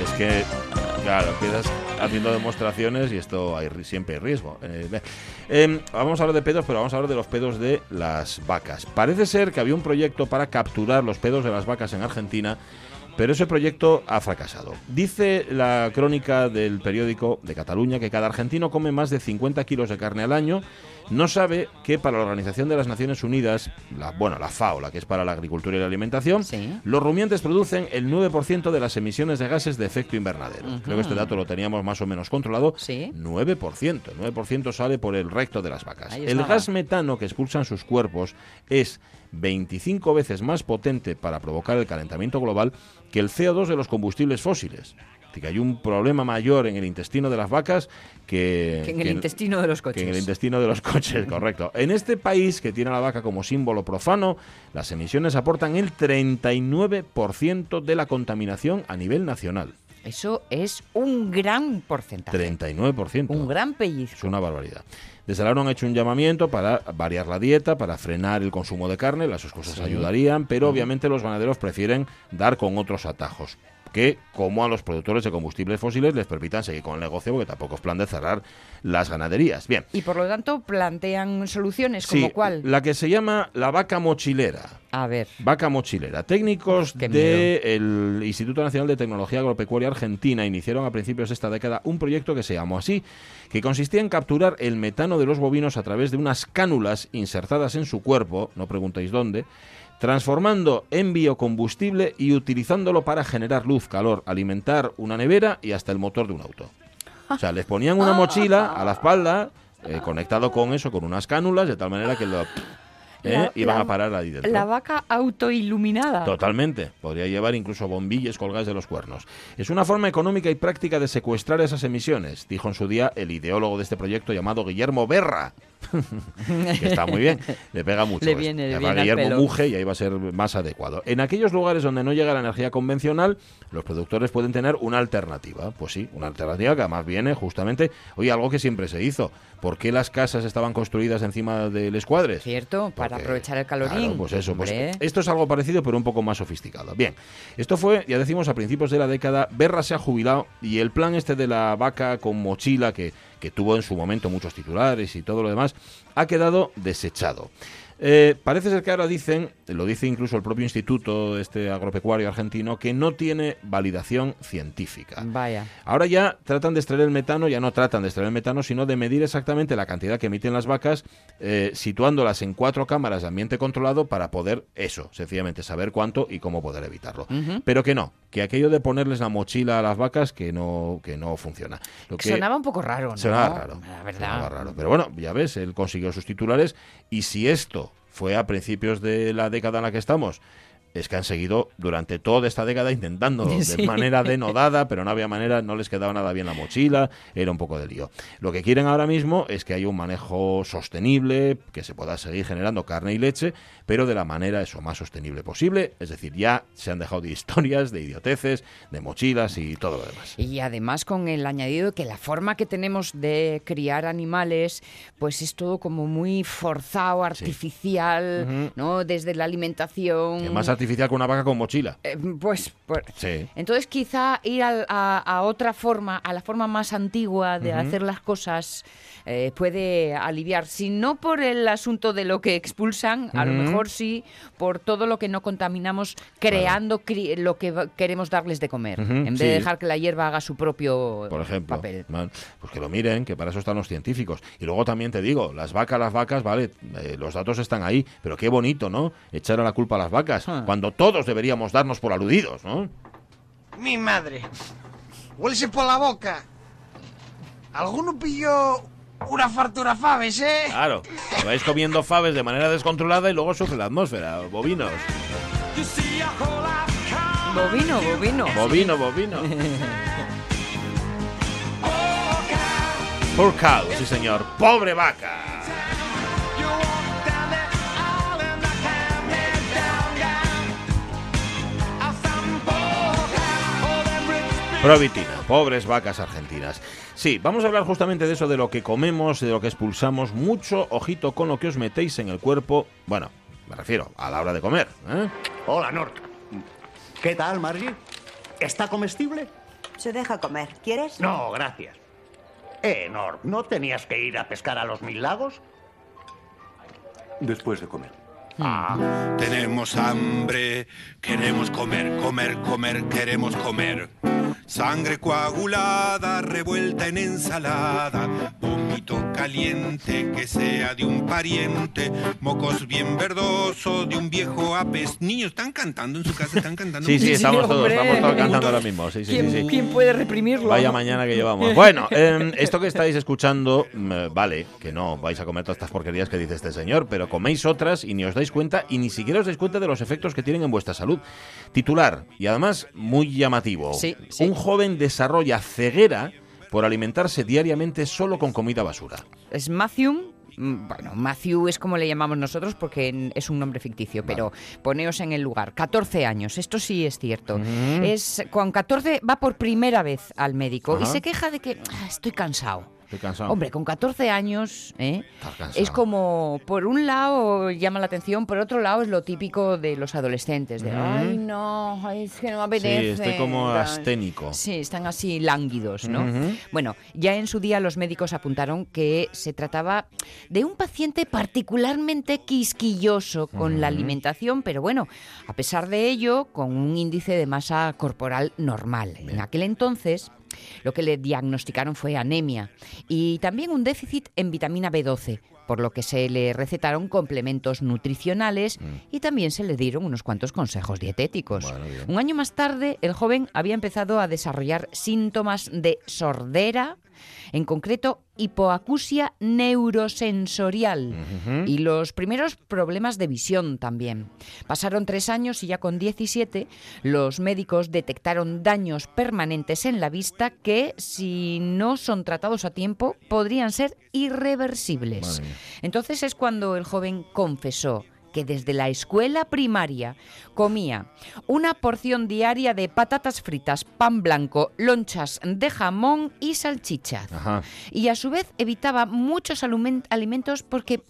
A: Es que, claro, empiezas haciendo demostraciones y esto hay, ri- siempre hay riesgo. Eh, ve- em, vamos a hablar de pedos, pero vamos a hablar de los pedos de las vacas. Parece ser que había un proyecto para capturar los pedos de las vacas en Argentina, pero ese proyecto ha fracasado. Dice la crónica del periódico de Cataluña que cada argentino come más de 50 kilos de carne al año. No sabe que para la Organización de las Naciones Unidas, la, bueno, la FAO, la que es para la agricultura y la alimentación,
C: Sí.
A: los rumiantes producen el 9% de las emisiones de gases de efecto invernadero. Creo que este dato lo teníamos más o menos controlado.
C: Sí.
A: 9%. 9% sale por el recto de las vacas.
C: Ahí
A: El
C: estaba.
A: gas metano que expulsan sus cuerpos es 25 veces más potente para provocar el calentamiento global que el CO2 de los combustibles fósiles. Así que hay un problema mayor en el intestino de las vacas que,
C: Que en el
A: que
C: intestino de los
A: que en el
C: coches.
A: intestino de los coches, correcto. En este país que tiene a la vaca como símbolo profano, las emisiones aportan el 39% de la contaminación a nivel nacional.
C: Eso es un gran porcentaje.
A: 39%.
C: Un gran
A: Es
C: pellizco.
A: una barbaridad. Desde la ONU han hecho un llamamiento para variar la dieta, para frenar el consumo de carne, las dos cosas ayudarían, pero obviamente los ganaderos prefieren dar con otros atajos que, como a los productores de combustibles fósiles, les permitan seguir con el negocio, porque tampoco es plan de cerrar las ganaderías. Bien,
C: Y por lo tanto plantean soluciones como
A: Sí,
C: cuál.
A: La que se llama la vaca mochilera.
C: A ver.
A: Vaca mochilera. Técnicos
C: Qué
A: del Instituto Nacional de Tecnología Agropecuaria Argentina iniciaron a principios de esta década un proyecto que se llamó así, que consistía en capturar el metano de los bovinos a través de unas cánulas insertadas en su cuerpo, no preguntéis dónde, transformando en biocombustible y utilizándolo para generar luz, calor, alimentar una nevera y hasta el motor de un auto. O sea, les ponían una mochila a la espalda, eh, conectado con eso, con unas cánulas, de tal manera que lo... ¿eh?
C: La-
A: iban
C: la-
A: a parar ahí dentro.
C: La vaca autoiluminada.
A: Totalmente. Podría llevar incluso bombillas colgadas de los cuernos. Es una forma económica y práctica de secuestrar esas emisiones, dijo en su día el ideólogo de este proyecto llamado Guillermo Berra. que está muy bien, le pega mucho.
C: Le
A: esto.
C: viene- le
A: Llama
C: viene al
A: Guillermo
C: pelo.
A: Muge y ahí va a ser más adecuado. En aquellos lugares donde no llega la energía convencional, los productores pueden tener una alternativa. Pues sí, una alternativa que además viene justamente, oye, algo que siempre se hizo. ¿Por qué las casas estaban construidas encima de los cuadres?
C: Cierto, para
A: Porque,
C: aprovechar el
A: claro,
C: calorín.
A: pues eso, pues
C: Hombre.
A: esto es algo parecido, pero un poco más sofisticado. Bien, esto fue, ya decimos, a principios de la década. Berra se ha jubilado y el plan este de la vaca con mochila, que, que tuvo en su momento muchos titulares y todo lo demás, ha quedado desechado. Eh, parece ser que ahora dicen, lo dice incluso el propio instituto este agropecuario argentino, que no tiene validación científica.
C: Vaya.
A: Ahora ya tratan de extraer el metano, ya no tratan de extraer el metano, sino de medir exactamente la cantidad que emiten las vacas, eh, situándolas en cuatro cámaras de ambiente controlado para poder eso, sencillamente saber cuánto y cómo poder evitarlo. Pero que no, que aquello de ponerles la mochila a las vacas que no, que no funciona. Lo que-
C: Sonaba un poco raro, ¿no?
A: Sonaba raro.
C: La verdad.
A: sonaba raro. Pero bueno, ya ves, él consiguió sus titulares y si esto fue a principios de la década en la que estamos, es que han seguido durante toda esta década intentando de
C: Sí.
A: manera denodada, pero no había manera, no les quedaba nada bien la mochila, era un poco de lío. Lo que quieren ahora mismo es que haya un manejo sostenible, que se pueda seguir generando carne y leche, pero de la manera eso más sostenible posible, es decir, ya se han dejado de historias, de idioteces, de mochilas y todo lo demás.
C: Y además con el añadido que la forma que tenemos de criar animales, pues es todo como muy forzado, artificial, ¿no? Desde la alimentación.
A: Es más artificial que una vaca con mochila.
C: Eh, pues, por-
A: Sí.
C: entonces quizá ir al- a, a otra forma, a la forma más antigua de hacer las cosas, eh, puede aliviar. Si no por el asunto de lo que expulsan, a lo mejor sí por todo lo que no contaminamos creando cri- lo que va- queremos darles de comer,
A: Ujú,
C: en vez
A: sí.
C: de dejar que la hierba haga su propio
A: por ejemplo.
C: papel.
A: Man, pues que lo miren, que para eso están los científicos. Y luego también te digo, las vacas, las vacas, vale, eh, los datos están ahí, pero qué bonito, ¿no? Echar a la culpa a las vacas,
C: Ah.
A: cuando todos deberíamos darnos por aludidos, ¿no?
F: Mi madre. Huélese por la boca. ¿Alguno pilló una fartura faves, eh?
G: Ah,
A: Claro, que vais comiendo faves de manera descontrolada y luego sufre la atmósfera, bovinos.
C: Bovino, bovino.
A: Bovino, bovino. Poor cow, sí señor, pobre vaca. Provitina, pobres vacas argentinas. Sí, vamos a hablar justamente de eso, de lo que comemos, de lo que expulsamos. Mucho ojito con lo que os metéis en el cuerpo. Bueno, me refiero a la hora de comer. ¿eh?
G: Hola, Nort. ¿Qué tal, Margie? ¿Está comestible?
H: Se deja comer. ¿Quieres?
G: No, gracias. Eh, Nort, ¿no tenías que ir a pescar a los mil lagos?
I: Después de comer.
J: Tenemos hambre, queremos comer, comer, comer, queremos comer. Sangre coagulada, revuelta en ensalada, vómito caliente que sea de un pariente, mocos bien verdosos de un viejo apes. Niños, están cantando en su casa, están cantando.
A: Sí, sí,
C: Sí,
A: estamos todos,
C: hombre.
A: estamos todos cantando ahora mismo. Sí, sí, sí,
C: ¿Quién,
A: sí.
C: quién puede reprimirlo?
A: Vaya mañana que llevamos. Bueno, eh, esto que estáis escuchando, mm, vale, que no vais a comer todas estas porquerías que dice este señor, pero coméis otras y ni os dais cuenta y ni siquiera os dais cuenta de los efectos que tienen en vuestra salud. Titular, y además muy llamativo.
C: Sí, sí.
A: Un joven desarrolla ceguera por alimentarse diariamente solo con comida basura.
C: Es Matthew. mm, Bueno, Matthew es como le llamamos nosotros porque en- es un nombre ficticio, pero poneos en el lugar. 14 años, esto sí es cierto. Es con 14 va por primera vez al médico y
A: Ajá.
C: se queja de que "Ah, estoy cansado.
A: Estoy cansado.
C: Hombre, con 14 años ¿eh?
A: Estás cansado.
C: es como, por un lado llama la atención, por otro lado es lo típico de los adolescentes, de, ay no, es que no me
A: Sí,
C: apetece.
A: estoy como
C: tal".
A: asténico.
C: Sí, están así lánguidos, ¿no? Bueno, ya en su día los médicos apuntaron que se trataba de un paciente particularmente quisquilloso con la alimentación, pero bueno, a pesar de ello, con un índice de masa corporal normal. En aquel entonces... Lo que le diagnosticaron fue anemia y también un déficit en vitamina B12, por lo que se le recetaron complementos nutricionales y también se le dieron unos cuantos consejos dietéticos. Un año más tarde, el joven había empezado a desarrollar síntomas de sordera, en concreto hipoacusia neurosensorial y los primeros problemas de visión también. Pasaron tres años y ya con 17 los médicos detectaron daños permanentes en la vista que si no son tratados a tiempo podrían ser irreversibles. Entonces es cuando el joven confesó que desde la escuela primaria comía una porción diaria de patatas fritas, pan blanco, lonchas de jamón y salchichas.
A: Ajá.
C: Y a su vez evitaba muchos alumen- alimentos porque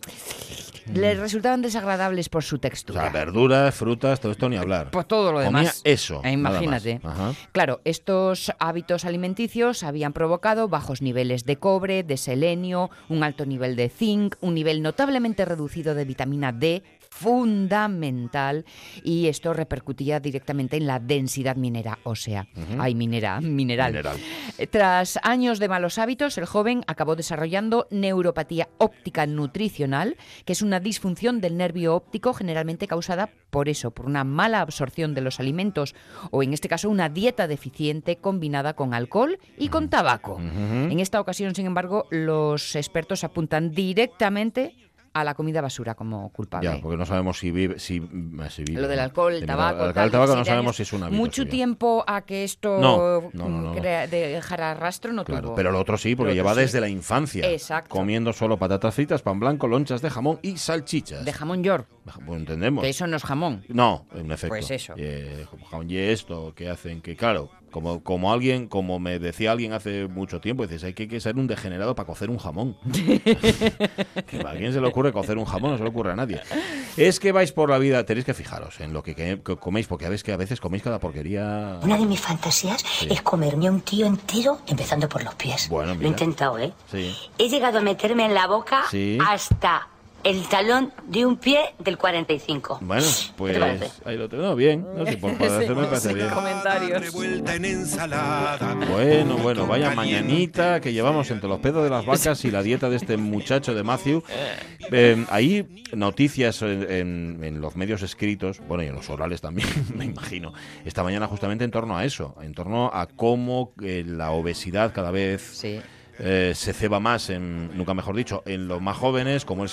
C: le resultaban desagradables por su
A: Mm. O
C: textura.
A: sea, verduras, frutas, todo esto ni hablar.
C: Pues todo lo
A: Comía
C: demás.
A: eso,
C: Eh,
A: nada más.
C: Imagínate.
A: Ajá.
C: Claro, estos hábitos alimenticios habían provocado bajos niveles de cobre, de selenio, un alto nivel de zinc, un nivel notablemente reducido de vitamina D fundamental y esto repercutía directamente en la densidad minera ósea. Ay, minera, mineral.
A: Mineral.
C: Eh, Tras años de malos hábitos, el joven acabó desarrollando neuropatía óptica nutricional, que es una disfunción del nervio óptico generalmente causada por eso, por una mala absorción de los alimentos o en este caso una dieta deficiente combinada con alcohol y con tabaco. En esta ocasión, sin embargo, los expertos apuntan directamente a la comida basura como culpable.
A: Ya, porque no sabemos si vive. Si, mm, si vive
C: Lo del alcohol, el
A: Sí,
C: tabaco.
A: El
C: tal,
A: tabaco no
C: siete
A: sabemos
C: años.
A: si es una
C: Mucho tiempo a que esto
A: No, no, no, no, no.
C: crea- dejara rastro no
A: Claro,
C: tuvo.
A: pero lo otro sí, porque
C: Lo otro
A: lleva
C: sí.
A: desde la infancia.
C: Exacto.
A: Comiendo solo patatas fritas, pan blanco, lonchas de jamón y salchichas.
C: De jamón york,
A: Pues entendemos.
C: que eso no es jamón.
A: No, en efecto.
C: Pues eso.
A: Eh, como jamón y esto que hacen que, claro, como, como alguien, como me decía alguien hace mucho tiempo, dices, hay que, que ser un degenerado para cocer un jamón. Que ¿A quién se le ocurre cocer un jamón? No se le ocurre a nadie. Es que vais por la vida, tenéis que fijaros en lo que, que- que coméis, porque a veces, que a veces coméis cada porquería.
K: Una de mis fantasías es comerme a un tío entero, empezando por los pies.
A: Bueno, mira.
K: Lo he intentado, ¿eh? Ah,
A: Sí.
K: He llegado a meterme en la boca
A: Sí.
K: hasta el talón de un pie del 45.
A: Bueno,
K: ¿Qué te parece?
A: pues ahí lo tengo. No, bien, no sé, por parecer me parece bien.
C: Comentarios.
J: Revuelta en ensalada.
A: Bueno, bueno, vaya mañanita que llevamos entre los pedos de las vacas y la dieta de este muchacho de Matthew. Eh, ahí noticias en, en- en los medios escritos, bueno, y en los orales también, me imagino, esta mañana justamente en torno a eso, en torno a cómo eh, la obesidad cada vez
C: Sí.
A: eh, se ceba más, en, nunca mejor dicho, en los más jóvenes, cómo el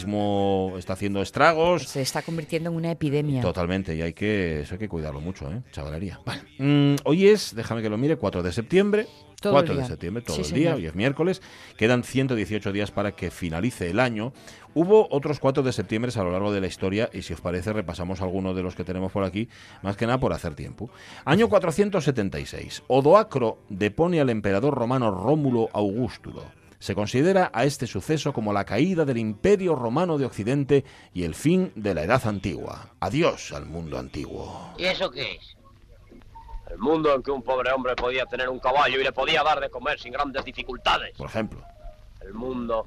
A: sedentarismo está haciendo estragos.
C: Se está convirtiendo en una epidemia.
A: Totalmente, y hay que, eso hay que cuidarlo mucho, ¿eh? Chavalería. Vale. Mm, hoy es, déjame que lo mire, 4 de septiembre.
L: Todo el
A: 4 de
L: día.
A: septiembre, todo
L: Sí,
A: el día,
L: señor.
A: hoy es miércoles. Quedan 118 días para que finalice el año. Hubo otros 4 de septiembre a lo largo de la historia y si os parece repasamos algunos de los que tenemos por aquí, más que nada por hacer tiempo. Año 476. Odoacro depone al emperador romano Rómulo Augustulo. Se considera a este suceso como la caída del imperio romano de Occidente y el fin de la Edad Antigua. Adiós al mundo antiguo.
I: ¿Y eso qué es? El mundo en que un pobre hombre podía tener un caballo y le podía dar de comer sin grandes dificultades.
A: Por ejemplo.
I: El mundo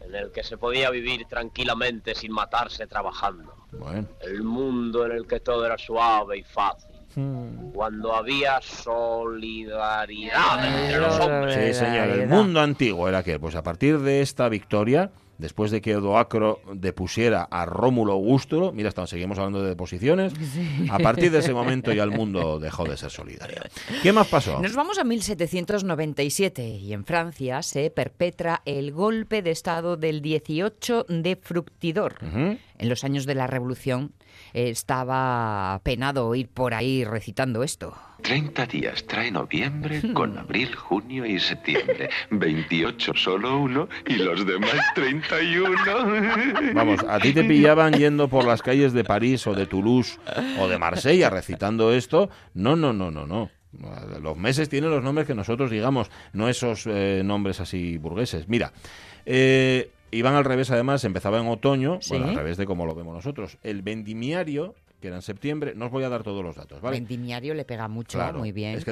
I: en el que se podía vivir tranquilamente sin matarse trabajando.
A: Bueno.
I: El mundo en el que todo era suave y fácil. Cuando había solidaridad entre los
A: Sí,
I: hombres.
A: señor, el mundo antiguo era aquel. Pues a partir de esta victoria, después de que Odoacro depusiera a Rómulo Augusto, mira, estamos, seguimos hablando de deposiciones, a partir de ese momento ya el mundo dejó de ser solidario. ¿Qué más pasó?
C: Nos vamos a 1797 y en Francia se perpetra el golpe de Estado del 18 de Fructidor.
A: Ujú.
C: En los años de la Revolución eh, estaba penado ir por ahí recitando esto.
J: 30 días trae noviembre con abril, junio y septiembre. 28 solo uno y los demás 31.
A: Vamos, a ti te pillaban yendo por las calles de París o de Toulouse o de Marsella recitando esto. No, no, no, no, no. Los meses tienen los nombres que nosotros digamos, no esos eh, nombres así burgueses. Mira, eh, iban al revés además, empezaba en otoño,
C: Sí.
A: bueno, al revés de como lo vemos nosotros. El vendimiario, que era en septiembre, no os voy a dar todos los datos, ¿vale?
C: Vendimiario le pega mucho,
A: Claro,
C: muy bien.
A: es que